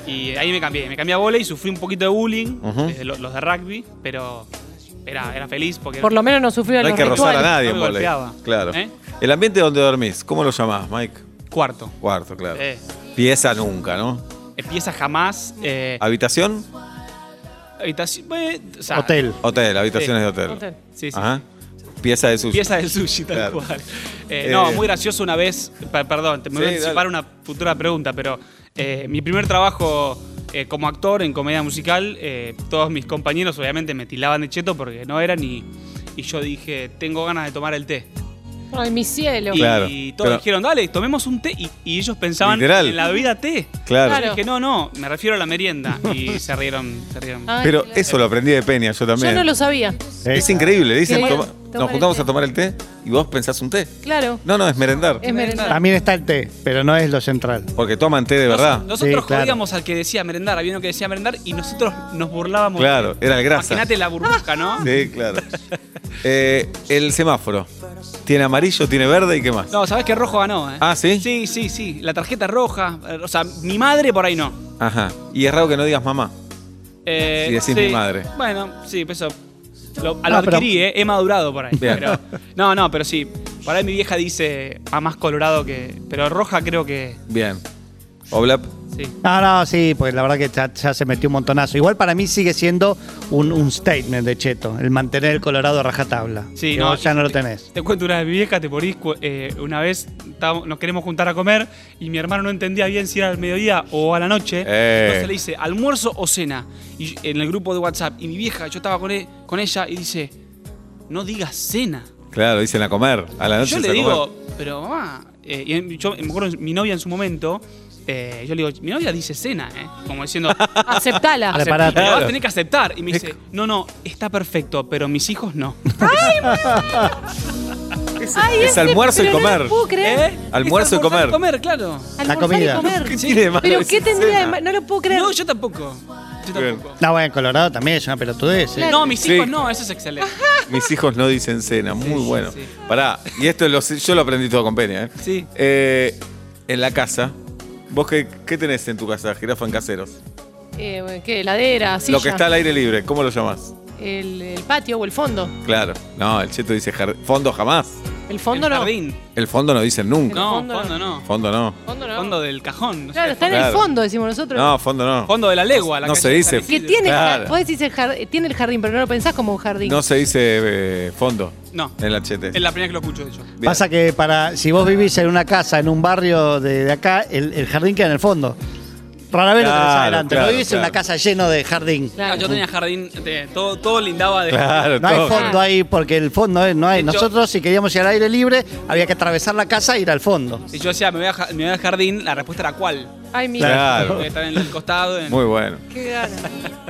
Speaker 4: y ahí me cambié. Me cambié a volei, sufrí un poquito de bullying,
Speaker 2: Ujú.
Speaker 4: desde lo- los de rugby, pero era, era feliz porque.
Speaker 3: Por lo menos no sufrió
Speaker 2: No hay
Speaker 3: los
Speaker 2: que rozar a
Speaker 3: rituales.
Speaker 2: nadie
Speaker 4: No
Speaker 2: en
Speaker 4: me
Speaker 2: volei.
Speaker 4: golpeaba.
Speaker 2: Claro.
Speaker 4: ¿Eh?
Speaker 2: El ambiente donde dormís, ¿cómo lo llamás, Mike?
Speaker 4: Cuarto.
Speaker 2: Cuarto, claro.
Speaker 4: Eh.
Speaker 2: Pieza nunca, ¿no?
Speaker 4: Empieza jamás. eh,
Speaker 2: Ah. ¿Habitación?
Speaker 4: habitación. eh, o
Speaker 2: Ah.
Speaker 4: sea,
Speaker 5: Hotel.
Speaker 2: Hotel, habitaciones
Speaker 4: Sí.
Speaker 2: de hotel.
Speaker 3: Hotel.
Speaker 4: Sí, sí.
Speaker 2: Ajá. Pieza de sushi.
Speaker 4: Pieza del sushi, tal
Speaker 2: Claro.
Speaker 4: cual. Eh,
Speaker 2: Eh.
Speaker 4: No, muy gracioso una vez. pe- Perdón, te me voy a
Speaker 2: Sí,
Speaker 4: anticipar
Speaker 2: dale.
Speaker 4: una futura pregunta, pero eh, mi primer trabajo eh, como actor en comedia musical, eh, todos mis compañeros obviamente me tilaban de cheto porque no eran y, y yo dije, tengo ganas de tomar el té.
Speaker 3: Ay, mi cielo.
Speaker 4: Y
Speaker 2: Claro,
Speaker 4: todos
Speaker 2: pero-
Speaker 4: dijeron, dale, tomemos un té. Y, y ellos pensaban
Speaker 2: Literal.
Speaker 4: en la bebida té.
Speaker 2: Claro.
Speaker 3: Claro.
Speaker 4: Dije, no, no, me refiero a la merienda. Y se rieron, se rieron.
Speaker 3: Ay,
Speaker 2: Pero
Speaker 3: claro.
Speaker 2: eso lo aprendí de Peña, yo
Speaker 3: Yo
Speaker 2: también.
Speaker 3: no lo sabía.
Speaker 5: Eh,
Speaker 2: Es increíble, dicen,
Speaker 3: Qué
Speaker 2: toma-
Speaker 3: bien.
Speaker 2: nos
Speaker 3: Tomar el
Speaker 2: juntamos
Speaker 3: té.
Speaker 2: a tomar el té y vos pensás un té.
Speaker 3: Claro.
Speaker 2: No, no, es merendar.
Speaker 3: Es merendar.
Speaker 5: También está el té, pero no es lo central.
Speaker 2: Porque toman té de
Speaker 4: Nos-
Speaker 2: verdad.
Speaker 4: Nosotros
Speaker 5: Sí, claro.
Speaker 4: jodíamos al que decía merendar, había uno que decía merendar y nosotros nos burlábamos.
Speaker 2: Claro, era el grasa.
Speaker 4: Imagínate la burbuja, ¿no?
Speaker 2: Sí, claro. Eh, el semáforo. Tiene amarillo, tiene verde y qué más.
Speaker 4: No, sabes que rojo ganó, ¿eh?
Speaker 2: Ah, ¿sí?
Speaker 4: Sí, sí, sí. La tarjeta roja. eh, O sea, mi madre por ahí no.
Speaker 2: Ajá. Y es raro que no digas mamá.
Speaker 4: Eh,
Speaker 2: Sí, decís mi madre.
Speaker 4: Bueno, sí, pero eso. Lo, a lo
Speaker 5: Ah, pero-
Speaker 4: adquirí, ¿eh? He madurado por ahí.
Speaker 2: Bien.
Speaker 4: Pero, no, no, pero sí. Por ahí mi vieja dice a más colorado que. Pero roja creo que.
Speaker 2: Bien. Oblap.
Speaker 4: Sí.
Speaker 5: No, no, sí, pues la verdad que ya, ya se metió un montonazo. Igual para mí sigue siendo un, un statement de Cheto, el mantener el Colorado a rajatabla.
Speaker 4: Sí,
Speaker 5: Que
Speaker 4: no, eh,
Speaker 5: vos ya no lo
Speaker 4: te-
Speaker 5: tenés.
Speaker 4: Te cuento una de mi vieja, te morís. cu- eh, una vez estábamos- nos queremos juntar a comer y mi hermano no entendía bien si era al mediodía o a la noche.
Speaker 2: Eh.
Speaker 4: Entonces le dice, ¿almuerzo o cena? Y yo- en el grupo de WhatsApp. Y mi vieja, yo estaba con, e- con ella y dice, no digas cena.
Speaker 2: Claro, dicen a comer. A la
Speaker 4: Y
Speaker 2: noche
Speaker 4: yo
Speaker 2: es
Speaker 4: le
Speaker 2: a
Speaker 4: digo,
Speaker 2: comer.
Speaker 4: pero mamá. eh, y en- yo me acuerdo, mi novia en su momento. eh, yo le digo, mi novia dice cena, ¿eh? Como diciendo,
Speaker 3: Aceptala.
Speaker 5: Ahora, pará,
Speaker 4: "Lo vas
Speaker 2: Claro.
Speaker 4: a tener que aceptar. Y me dice, no, no, está perfecto, pero mis hijos no.
Speaker 3: Ay,
Speaker 2: es
Speaker 3: ese-
Speaker 2: almuerzo y
Speaker 3: pero no lo
Speaker 2: comer.
Speaker 3: puedo creer.
Speaker 4: ¿Eh?
Speaker 2: Almuerzo y
Speaker 4: Es
Speaker 2: comer.
Speaker 4: almorzar comer, claro.
Speaker 3: Almorzar
Speaker 5: comida.
Speaker 3: Y comer.
Speaker 2: ¿Qué tiene de malo
Speaker 3: Pero ¿qué
Speaker 2: esa
Speaker 3: tendría de
Speaker 2: cena?
Speaker 3: malo? No lo puedo creer.
Speaker 4: No, yo tampoco. Yo
Speaker 2: Bien.
Speaker 4: tampoco.
Speaker 5: No, bueno, Colorado también es una pelotudez. ¿eh?
Speaker 3: Claro. Ah,
Speaker 4: No, mis
Speaker 2: Sí.
Speaker 4: hijos no, eso es excelente.
Speaker 2: Mis hijos no dicen cena, muy
Speaker 4: sí,
Speaker 2: bueno.
Speaker 4: sí.
Speaker 2: Pará, y esto lo sé- yo lo aprendí todo con Peña, ¿eh?
Speaker 4: Sí.
Speaker 2: Eh, en la casa, ¿vos qué, qué tenés en tu casa, jirafa en caseros?
Speaker 3: Eh, ¿Qué? Heladera, silla.
Speaker 2: Lo que está al aire libre, ¿cómo lo llamás?
Speaker 3: El, el patio o el fondo.
Speaker 2: Claro, no, el cheto dice jar- fondo jamás.
Speaker 3: El fondo
Speaker 4: El
Speaker 3: no.
Speaker 4: jardín.
Speaker 2: El fondo no dice nunca.
Speaker 4: No,
Speaker 3: fondo
Speaker 4: fondo,
Speaker 3: no.
Speaker 4: no. Fondo,
Speaker 2: Fondo no.
Speaker 3: Fondo no.
Speaker 4: del cajón. no sé,
Speaker 3: Claro, está en el
Speaker 2: Claro.
Speaker 3: fondo, decimos nosotros.
Speaker 2: No, fondo no.
Speaker 4: Fondo de la legua. la
Speaker 2: No
Speaker 4: calle
Speaker 2: se
Speaker 4: de
Speaker 2: dice.
Speaker 4: San
Speaker 3: Que
Speaker 4: Isidro.
Speaker 3: tiene,
Speaker 2: Claro.
Speaker 3: podés decir jar- tiene el jardín, pero no lo pensás como un jardín.
Speaker 2: No se dice eh, fondo
Speaker 4: No,
Speaker 2: en la chete.
Speaker 4: es la primera que lo escucho, de hecho.
Speaker 2: Bien.
Speaker 5: Pasa que para si vos vivís en una casa, en un barrio de, de acá, el, el jardín queda en el fondo. Rara vez lo tenés
Speaker 2: Claro,
Speaker 5: adelante.
Speaker 2: claro,
Speaker 5: no vivís en
Speaker 2: claro.
Speaker 5: una casa lleno de jardín.
Speaker 3: Claro.
Speaker 4: Ah, yo tenía jardín, de- todo, todo lindaba de
Speaker 2: Claro,
Speaker 5: No hay
Speaker 2: todo.
Speaker 5: fondo ahí porque el fondo es- no hay.
Speaker 4: De hecho-
Speaker 5: Nosotros si queríamos ir al aire libre había que atravesar la casa e ir al fondo.
Speaker 4: Si yo decía, me voy, a, ja- me voy al jardín, la respuesta era cuál.
Speaker 3: Ay, mira.
Speaker 2: Claro.
Speaker 4: Porque estar en el costado. en-
Speaker 2: Muy bueno.
Speaker 3: Qué gana.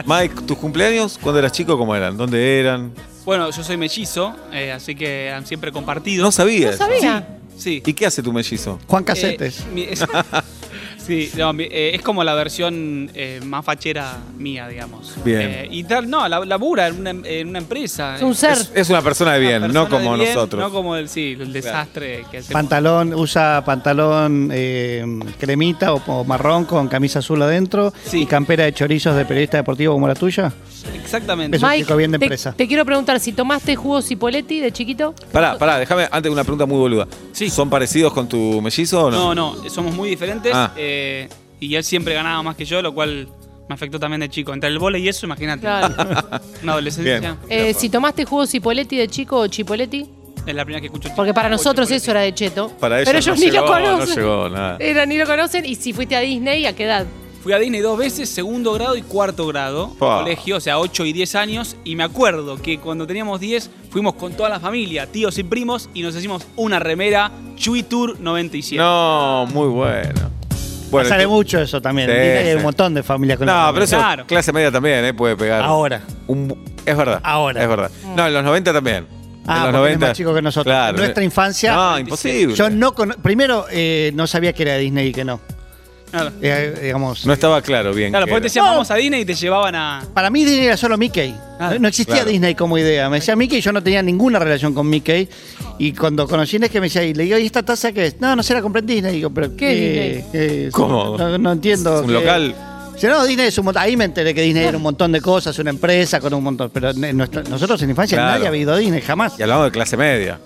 Speaker 2: Mike, ¿tus cumpleaños cuando eras chico cómo eran? ¿Dónde eran?
Speaker 4: Bueno, yo soy mellizo, eh, así que han siempre compartido.
Speaker 2: No sabías.
Speaker 3: Sabía.
Speaker 4: Sí.
Speaker 2: ¿Y qué hace tu mellizo?
Speaker 5: Juan
Speaker 4: Eh,
Speaker 5: Casetes.
Speaker 4: mi- es- sí, no, mi- eh, es como la versión eh, más fachera mía, digamos.
Speaker 2: Bien.
Speaker 4: Eh, y tal, no, la, labura en una, en una empresa.
Speaker 3: Es un ser.
Speaker 2: Es, es una persona de
Speaker 4: Una
Speaker 2: bien,
Speaker 4: persona
Speaker 2: no como
Speaker 4: de bien,
Speaker 2: nosotros.
Speaker 4: No como el, sí, el desastre que hacemos.
Speaker 5: Pantalón, usa pantalón eh, cremita o, o marrón con camisa azul adentro
Speaker 4: Sí.
Speaker 5: y campera de chorizos de periodista deportivo como la tuya.
Speaker 4: Exactamente.
Speaker 5: Eso. un chico bien de
Speaker 3: te-
Speaker 5: empresa.
Speaker 3: Te, quiero preguntar si tomaste jugo cipoletti de chiquito.
Speaker 2: Pará, pará, déjame antes una pregunta muy boluda.
Speaker 4: Sí.
Speaker 2: ¿Son parecidos con tu mellizo o no?
Speaker 4: No, no, somos muy diferentes.
Speaker 2: Ah.
Speaker 4: eh, y él siempre ganaba más que yo, lo cual me afectó también de chico. Entre el vole y eso, imagínate.
Speaker 3: Claro.
Speaker 4: Una adolescencia.
Speaker 2: Bien.
Speaker 3: Eh, si tomaste jugo cipoletti de chico o chipoletti.
Speaker 4: Es la primera que escucho.
Speaker 3: Porque para
Speaker 4: Uy,
Speaker 3: nosotros
Speaker 4: chocolate.
Speaker 3: eso era de cheto.
Speaker 2: Para ellos
Speaker 3: pero ellos
Speaker 2: no
Speaker 3: ni
Speaker 2: llegó,
Speaker 3: lo conocen.
Speaker 2: no llegó, nada.
Speaker 3: Era, ni lo conocen. Y si fuiste a Disney, ¿a qué edad?
Speaker 4: Fui a Disney dos veces, segundo grado y cuarto grado,
Speaker 2: Pa.
Speaker 4: colegio, o sea, 8 y 10 años. Y me acuerdo que cuando teníamos 10 fuimos con toda la familia, tíos y primos, y nos hicimos una remera Chui Tour 97.
Speaker 2: No, muy bueno. Bueno,
Speaker 5: Sale
Speaker 2: tú-
Speaker 5: mucho eso también.
Speaker 2: Sí,
Speaker 5: Hay
Speaker 2: sí.
Speaker 5: un montón de familias con la
Speaker 2: No, pero
Speaker 5: familia.
Speaker 2: eso
Speaker 4: Claro.
Speaker 2: clase media también, ¿eh? Puede pegar.
Speaker 5: Ahora.
Speaker 2: Un bu- es verdad.
Speaker 5: Ahora.
Speaker 2: Es verdad. No, en los 90 también. en los
Speaker 5: Ah, porque
Speaker 2: 90.
Speaker 5: es más chico que nosotros. En nuestra infancia-
Speaker 2: No, imposible.
Speaker 5: Yo no cono- primero eh, no sabía que era Disney y que no.
Speaker 4: Claro,
Speaker 5: Eh, digamos.
Speaker 2: No estaba claro bien.
Speaker 4: claro
Speaker 2: qué
Speaker 4: porque te
Speaker 2: era.
Speaker 4: decían, vamos a Disney y te llevaban a.
Speaker 5: Para mí Disney era solo Mickey.
Speaker 4: Ah,
Speaker 5: no existía
Speaker 2: claro.
Speaker 5: Disney como idea. Me decía Mickey y yo no tenía ninguna relación con Mickey. Y cuando conocí a que me decía, y le digo, ¿y esta taza qué es? No, no se la compré en Disney. Y digo, ¿pero
Speaker 3: ¿Qué
Speaker 5: qué?
Speaker 3: es
Speaker 5: qué es?
Speaker 2: ¿Cómo?
Speaker 5: No, no entiendo.
Speaker 2: Es un
Speaker 5: qué-
Speaker 2: local.
Speaker 5: Dice, no, Disney es un montón. Ahí me enteré que Disney era un montón de cosas, una empresa con un montón. Pero en nuestra- nosotros en la infancia
Speaker 2: Claro.
Speaker 5: nadie había ido a Disney, jamás.
Speaker 2: Y hablamos de clase media.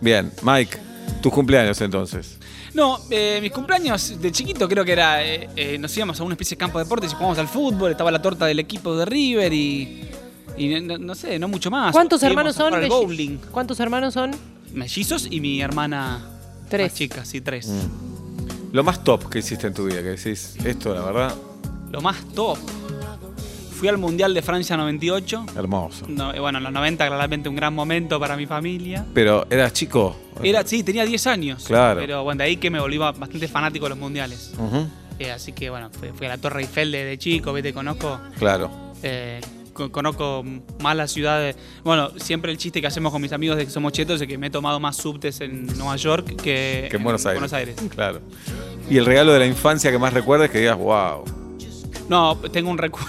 Speaker 2: Bien, Mike, tus cumpleaños entonces.
Speaker 4: No, eh, mis cumpleaños de chiquito creo que era. eh, eh, nos íbamos a una especie de campo de deportes y jugábamos al fútbol, estaba la torta del equipo de River y. Y no, no sé, no mucho
Speaker 2: Ah,
Speaker 4: más.
Speaker 3: ¿Cuántos
Speaker 4: Íbamos
Speaker 3: hermanos
Speaker 4: a jugar
Speaker 3: son?
Speaker 4: al
Speaker 3: Melli-
Speaker 4: bowling.
Speaker 3: ¿Cuántos hermanos son?
Speaker 4: Mellizos y mi hermana.
Speaker 3: Tres.
Speaker 4: Más chica, sí, tres.
Speaker 2: Mm. Lo más top que hiciste en tu vida, que decís, esto la verdad,
Speaker 4: Lo más top. Fui al Mundial de Francia 98.
Speaker 2: hermoso.
Speaker 4: No, eh, bueno, en los 90 claramente un gran momento para mi familia.
Speaker 2: Pero eras chico.
Speaker 4: Era, sí, tenía 10 años.
Speaker 2: Claro.
Speaker 4: Pero bueno, de ahí que me volví ba- bastante fanático de los mundiales.
Speaker 2: Ujú,
Speaker 4: Eh, así que bueno, fui, fui a la Torre Eiffel de, de chico, vete, conozco.
Speaker 2: Claro.
Speaker 4: eh, co- conozco más la ciudad de- Bueno, siempre el chiste que hacemos con mis amigos de que somos chetos es que me he tomado más subtes en Nueva York que,
Speaker 2: Que en Buenos Aires.
Speaker 4: Buenos Aires.
Speaker 2: Claro. Y el regalo de la infancia que más recuerdes que digas, wow.
Speaker 4: No, tengo un recuerdo.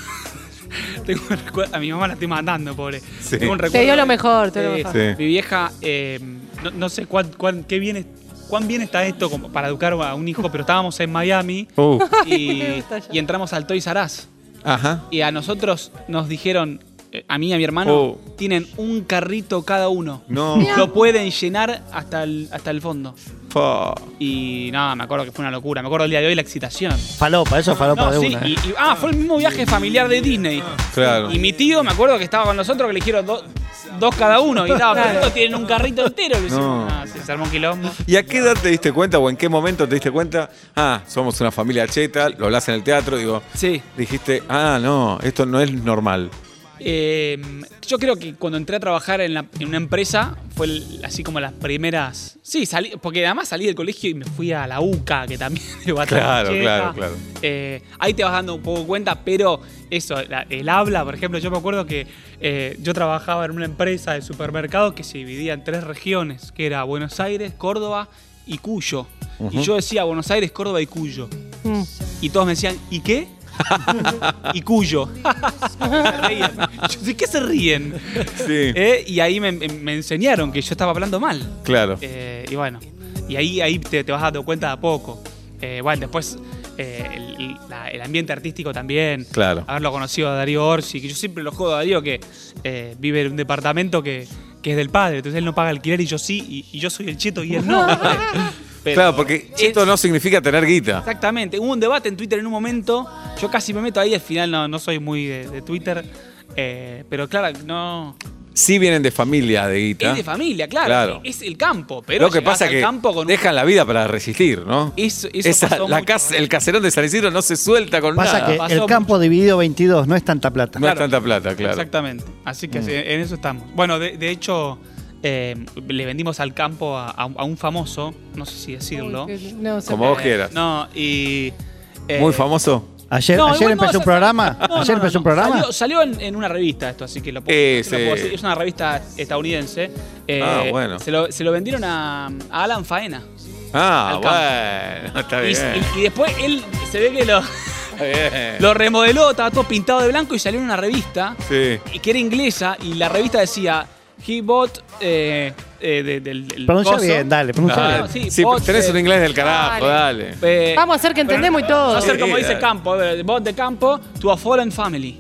Speaker 4: tengo un recuerdo. A mi mamá la estoy matando, pobre.
Speaker 2: Sí.
Speaker 4: Tengo un
Speaker 3: Te
Speaker 4: recuerdo
Speaker 3: dio lo
Speaker 4: de-
Speaker 3: mejor, te dio lo
Speaker 4: Sí.
Speaker 3: mejor.
Speaker 2: Sí.
Speaker 4: Mi vieja, eh, no, no sé cuán, cuán- qué bien es- cuán bien está esto como para educar a un hijo, pero estábamos en Miami
Speaker 2: Uh,
Speaker 4: y,
Speaker 3: me gusta ya.
Speaker 4: y entramos al Toys R Us.
Speaker 2: Ajá.
Speaker 4: Y a nosotros nos dijeron, eh, a mí y a mi hermano,
Speaker 2: Oh.
Speaker 4: tienen un carrito cada uno.
Speaker 2: No.
Speaker 4: Lo pueden llenar hasta el, hasta el fondo.
Speaker 2: Pa.
Speaker 4: Y nada, me acuerdo que fue una locura. Me acuerdo el día de hoy la excitación.
Speaker 5: Falopa, eso es falopa
Speaker 4: No,
Speaker 5: de
Speaker 4: sí,
Speaker 5: una.
Speaker 4: y-
Speaker 5: ¿eh?
Speaker 4: y- ah, fue el mismo viaje familiar de Disney.
Speaker 2: Claro.
Speaker 4: Y mi tío, me acuerdo que estaba con nosotros, que le dijeron do- dos cada uno. Y estaba, pero estos tienen un carrito entero. Le decimos,
Speaker 2: No.
Speaker 4: "Ah, se se armó un quilombo.
Speaker 2: ¿Y a qué edad te diste cuenta o en qué momento te diste cuenta? Ah, somos una familia cheta, lo hablas en el teatro, digo.
Speaker 4: Sí.
Speaker 2: Dijiste, ah, no, esto no es normal.
Speaker 4: Eh, yo creo que cuando entré a trabajar en, la- en una empresa, fue el- así como las primeras. Sí, salí, porque además salí del colegio y me fui a la UCA, que también de
Speaker 2: Claro,
Speaker 4: Batalla
Speaker 2: claro, claro.
Speaker 4: Eh, ahí te vas dando un poco cuenta, pero eso, la- el habla, por ejemplo, yo me acuerdo que eh, yo trabajaba en una empresa de supermercados que se dividía en tres regiones, que era Buenos Aires, Córdoba y Cuyo. Y yo decía Buenos Aires, Córdoba y Cuyo.
Speaker 3: Mm.
Speaker 4: Y todos me decían, ¿y qué? y Cuyo. Se reían. Yo, ¿De qué se ríen?
Speaker 2: Sí.
Speaker 4: Eh, y ahí me, me enseñaron que yo estaba hablando mal.
Speaker 2: Claro.
Speaker 4: Eh, y bueno, y ahí, ahí te, te vas dando cuenta de a poco. Eh, bueno, después eh, el, la- el ambiente artístico también.
Speaker 2: Claro.
Speaker 4: Haberlo conocido a Darío Orsi, que yo siempre lo jodo a Darío, que eh, vive en un departamento que, que es del padre, entonces él no paga alquiler y yo sí, y, y yo soy el cheto y él no. Pero-
Speaker 2: claro, porque esto no significa tener guita.
Speaker 4: Exactamente. Hubo un debate en Twitter en un momento. Yo casi me meto ahí, al final no, no soy muy de, de Twitter. eh, pero claro, no.
Speaker 2: Sí vienen de familia de guita.
Speaker 4: Es de familia, claro.
Speaker 2: Claro.
Speaker 4: Es el campo. Pero
Speaker 2: Lo que
Speaker 4: llegás
Speaker 2: pasa
Speaker 4: al
Speaker 2: que
Speaker 4: campo con un-
Speaker 2: dejan la vida para resistir, ¿no?
Speaker 4: Eso- eso
Speaker 2: Esa-
Speaker 4: pasó
Speaker 2: la
Speaker 4: mucho.
Speaker 2: cas- el caserón de San Isidro no se suelta con
Speaker 5: Pasa
Speaker 2: nada.
Speaker 5: que
Speaker 4: pasó
Speaker 5: el campo dividido 22 no es tanta plata.
Speaker 2: No es
Speaker 4: Claro.
Speaker 2: tanta plata, claro.
Speaker 4: Exactamente. Así que sí, en eso estamos. Bueno, de, de hecho, eh, le vendimos al campo a, a un- a un famoso, no sé si decirlo.
Speaker 3: No, se
Speaker 2: Como
Speaker 3: puede.
Speaker 2: vos quieras.
Speaker 4: No, y. eh,
Speaker 2: Muy famoso.
Speaker 5: Ayer,
Speaker 4: no,
Speaker 5: ayer
Speaker 4: igual no,
Speaker 5: empezó un
Speaker 4: sa-
Speaker 5: programa.
Speaker 4: no, no,
Speaker 5: ayer
Speaker 4: no,
Speaker 5: empezó
Speaker 4: no.
Speaker 5: un programa.
Speaker 4: Salió, salió en, en una revista esto, así que lo puedo,
Speaker 2: Eh,
Speaker 4: lo puedo
Speaker 2: sí.
Speaker 4: decir. Es una revista estadounidense. Eh,
Speaker 2: Ah, bueno.
Speaker 4: Se lo, se lo vendieron a, a Alan Faena.
Speaker 2: Ah,
Speaker 4: Al campo.
Speaker 2: bueno, está
Speaker 4: Y,
Speaker 2: bien.
Speaker 4: y- y después él se ve que lo,
Speaker 2: Está bien.
Speaker 4: lo remodeló, estaba todo pintado de blanco y salió en una revista.
Speaker 2: Sí.
Speaker 4: y que era inglesa y la revista decía he bought eh, eh, de- del, del
Speaker 5: Pronuncia
Speaker 4: coso".
Speaker 5: bien, dale, pronuncia
Speaker 4: Ah,
Speaker 5: bien.
Speaker 2: Dale.
Speaker 4: sí,
Speaker 2: Sí,
Speaker 4: bot,
Speaker 2: tenés
Speaker 4: eh,
Speaker 2: un inglés del carajo,
Speaker 3: dale.
Speaker 2: dale.
Speaker 4: eh,
Speaker 3: Vamos a hacer que entendemos y
Speaker 4: yo
Speaker 3: todo.
Speaker 4: hacer como
Speaker 2: Sí,
Speaker 4: dice
Speaker 2: eh.
Speaker 4: campo eh, bot de campo to a fallen family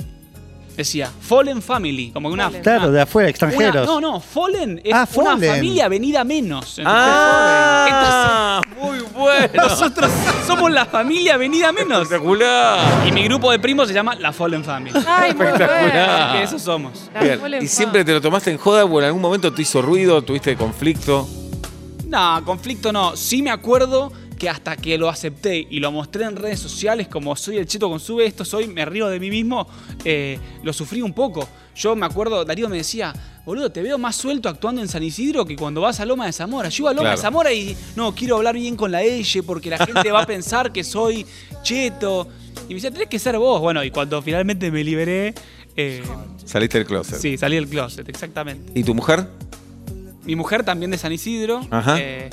Speaker 4: decía fallen family como que una
Speaker 5: Claro, de afuera,
Speaker 4: una-
Speaker 5: extranjeros.
Speaker 4: no no fallen es
Speaker 5: Ah,
Speaker 4: una
Speaker 5: fallen.
Speaker 4: familia venida menos ¿entendés?
Speaker 2: Ah, muy bueno.
Speaker 4: Entonces, nosotros somos la familia venida menos
Speaker 2: Espectacular.
Speaker 4: y mi grupo de primos se llama la fallen family
Speaker 3: Ay, muy
Speaker 2: Espectacular.
Speaker 4: Así que eso somos
Speaker 3: La
Speaker 2: Bien,
Speaker 3: mole
Speaker 2: ¿Y
Speaker 3: en
Speaker 2: siempre
Speaker 3: pan.
Speaker 2: te lo tomaste en joda o en algún momento te hizo ruido, tuviste conflicto?
Speaker 4: No, conflicto no. Sí me acuerdo que hasta que lo acepté y lo mostré en redes sociales, como soy el chito con sube esto, soy, me río de mí mismo, eh, lo sufrí un poco. Yo me acuerdo, Darío me decía, boludo, te veo más suelto actuando en San Isidro que cuando vas a Loma de Zamora. Yo iba a Loma
Speaker 2: Claro.
Speaker 4: de Zamora y no, quiero hablar bien con la L porque la gente va a pensar que soy cheto. Y me decía, tenés que ser vos. Bueno, y cuando finalmente me liberé, eh,
Speaker 2: Saliste del closet.
Speaker 4: sí, salí del closet, exactamente.
Speaker 2: ¿Y tu mujer?
Speaker 4: Mi mujer también de San Isidro.
Speaker 2: Ajá.
Speaker 4: Eh,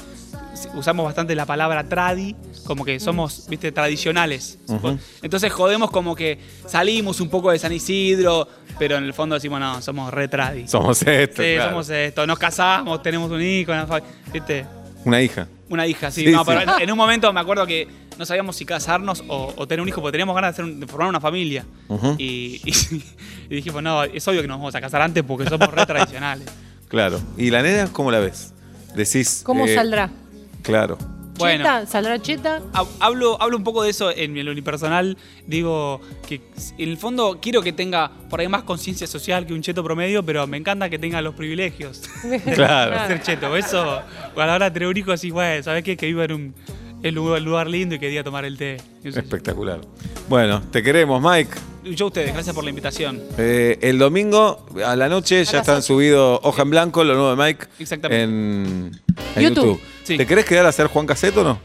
Speaker 4: si- usamos bastante la palabra tradi, como que somos, viste, tradicionales.
Speaker 2: Ujú.
Speaker 4: Entonces jodemos como que salimos un poco de San Isidro, pero en el fondo decimos, no, somos re tradi.
Speaker 2: Somos esto.
Speaker 4: Sí,
Speaker 2: claro.
Speaker 4: somos esto, nos casamos, tenemos un hijo, una fa- viste,
Speaker 2: Una hija.
Speaker 4: una hija, sí.
Speaker 2: Sí,
Speaker 4: no,
Speaker 2: sí.
Speaker 4: pero en un momento me acuerdo que no sabíamos si casarnos o, o tener un hijo, porque teníamos ganas de, hacer un- de formar una familia.
Speaker 2: Ujú.
Speaker 4: y, y- y dijimos, no, es obvio que nos vamos a casar antes porque somos re tradicionales.
Speaker 2: Claro. ¿Y la nena cómo la ves? Decís.
Speaker 3: ¿Cómo
Speaker 2: eh,
Speaker 3: saldrá?
Speaker 2: Claro.
Speaker 4: Bueno.
Speaker 3: ¿Cheta? ¿Saldrá cheta?
Speaker 4: Hab- Hablo, hablo un poco de eso en el unipersonal. Digo que en el fondo quiero que tenga por ahí más conciencia social que un cheto promedio, pero me encanta que tenga los privilegios de ser cheto. Eso, a la hora de tener un hijo así, bueno, ¿sabes qué? Que viva en un, en un lugar lindo y que día tomar el té. Eso es-
Speaker 2: Espectacular. Bueno, te queremos, Mike.
Speaker 4: Yo a ustedes, gracias por la invitación.
Speaker 2: Eh, el domingo a la noche ya están subidos Hoja en Blanco, lo nuevo de Mike.
Speaker 4: Exactamente.
Speaker 2: En, en
Speaker 3: YouTube.
Speaker 2: YouTube.
Speaker 4: Sí.
Speaker 2: ¿Te querés quedar a hacer Juan Caseto o no?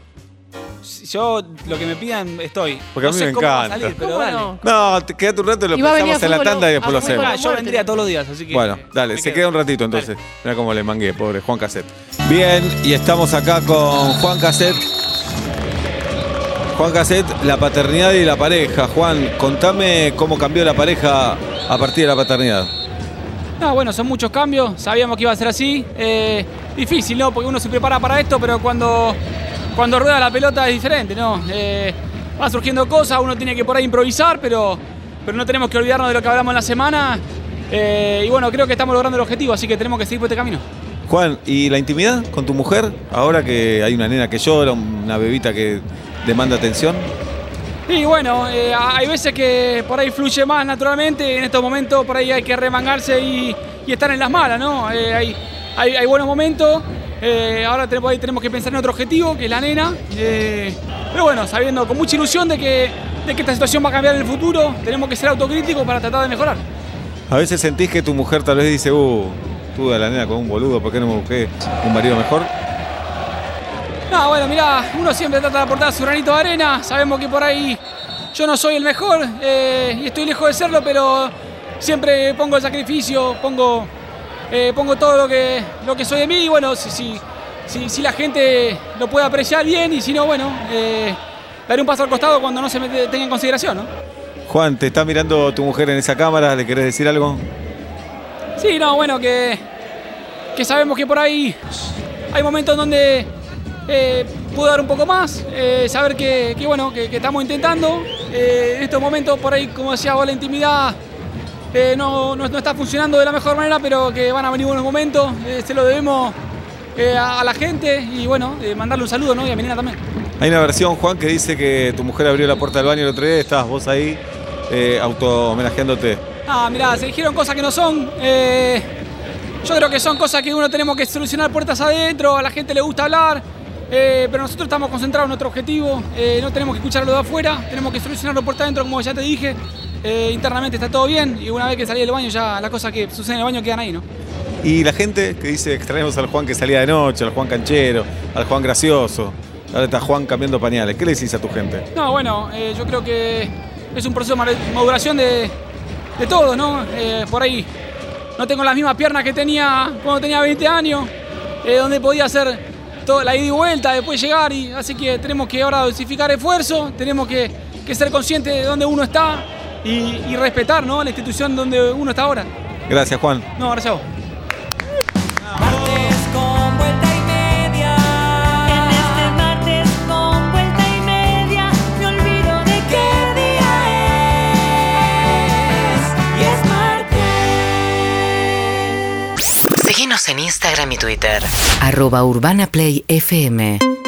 Speaker 4: Si- Yo, lo que me pidan, estoy.
Speaker 2: Porque a
Speaker 4: No
Speaker 2: mí
Speaker 4: sé
Speaker 2: me
Speaker 4: cómo va a
Speaker 2: encanta.
Speaker 4: salir, pero
Speaker 3: ¿Cómo
Speaker 4: dale.
Speaker 3: no?
Speaker 2: No, te quedate un rato y lo
Speaker 3: Y va a venir
Speaker 2: pensamos
Speaker 3: a
Speaker 2: en la
Speaker 3: fútbol,
Speaker 2: tanda y después
Speaker 3: a
Speaker 2: lo
Speaker 3: fútbol
Speaker 2: hacemos.
Speaker 4: Ah,
Speaker 3: a
Speaker 4: yo
Speaker 3: muerte.
Speaker 4: vendría todos los días, así que.
Speaker 2: Bueno, dale,
Speaker 4: me
Speaker 2: se
Speaker 4: quedo.
Speaker 2: queda un ratito entonces.
Speaker 4: Dale.
Speaker 2: Mira cómo le mangué, pobre Juan Cassette. Bien, y estamos acá con Juan Cassette. Juan Cassette, la paternidad y la pareja. Juan, contame cómo cambió la pareja a partir de la paternidad.
Speaker 4: No, bueno, son muchos cambios. Sabíamos que iba a ser así. Eh, difícil, ¿no? Porque uno se prepara para esto, pero cuando, cuando rueda la pelota es diferente, ¿no? Eh, va surgiendo cosas, uno tiene que por ahí improvisar, pero, pero no tenemos que olvidarnos de lo que hablamos en la semana. Eh, y bueno, creo que estamos logrando el objetivo, así que tenemos que seguir por este camino.
Speaker 2: Juan, ¿y la intimidad con tu mujer? Ahora que hay una nena que llora, una bebita que demanda atención.
Speaker 4: Y bueno, eh, hay veces que por ahí fluye más naturalmente, en estos momentos por ahí hay que remangarse y, y estar en las malas, ¿no? Eh, hay, hay- hay buenos momentos, eh, ahora tenemos, ahí tenemos que pensar en otro objetivo, que es la nena, eh, pero bueno, sabiendo con mucha ilusión de que, de que esta situación va a cambiar en el futuro, tenemos que ser autocríticos para tratar de mejorar.
Speaker 2: A veces sentís que tu mujer tal vez dice, uh, tuve a la nena con un boludo, ¿por qué no me busqué un marido mejor?
Speaker 4: No, bueno, mirá, uno siempre trata de aportar su granito de arena. Sabemos que por ahí yo no soy el mejor eh, y estoy lejos de serlo, pero siempre pongo el sacrificio, pongo, eh, pongo todo lo que, lo que soy de mí. Y bueno, si, si, si, si la gente lo puede apreciar bien y si no, bueno, eh, daré un paso al costado cuando no se me te- tenga en consideración, ¿no?
Speaker 2: Juan, ¿te está mirando tu mujer en esa cámara? ¿Le querés decir algo?
Speaker 4: Sí, no, bueno, que, que sabemos que por ahí hay momentos donde eh, puedo dar un poco más, eh, saber que, que, bueno, que, que estamos intentando. Eh, en estos momentos por ahí, como decía vos, la intimidad eh, no, no- no está funcionando de la mejor manera, pero que van a venir buenos momentos, eh, se lo debemos eh, a, a la gente y bueno, eh, mandarle un saludo ¿no? y a Menina también.
Speaker 2: Hay una versión, Juan, que dice que tu mujer abrió la puerta del baño el otro día y estabas vos ahí eh, auto homenajeándote.
Speaker 4: Ah, mirá, se dijeron cosas que no son. eh, yo creo que son cosas que uno tenemos que solucionar puertas adentro, a la gente le gusta hablar, eh, pero nosotros estamos concentrados en nuestro objetivo, eh, no tenemos que escuchar a los de afuera, tenemos que solucionarlo puertas adentro, como ya te dije. eh, internamente está todo bien y una vez que salí del baño ya las cosas que suceden en el baño quedan ahí, ¿no?
Speaker 2: Y la gente que dice extrañamos al Juan que salía de noche, al Juan canchero, al Juan gracioso. Ahora está Juan cambiando pañales. ¿Qué le decís a tu gente?
Speaker 4: No, bueno, eh, yo creo que es un proceso de ma- maduración de, de todos, ¿no? Eh, por ahí no tengo las mismas piernas que tenía cuando tenía 20 años, eh, donde podía hacer todo, la ida y vuelta, después llegar, y así que tenemos que ahora dosificar esfuerzo, tenemos que, que ser conscientes de dónde uno está y, y respetar, ¿no? La institución donde uno está ahora.
Speaker 2: Gracias, Juan.
Speaker 4: No, gracias a vos.
Speaker 6: Martes con vuelta y media. En este martes con vuelta y media me olvido de qué día es. Y es martes.
Speaker 7: Seguinos en Instagram y Twitter.
Speaker 8: arroba urbanaplayfm.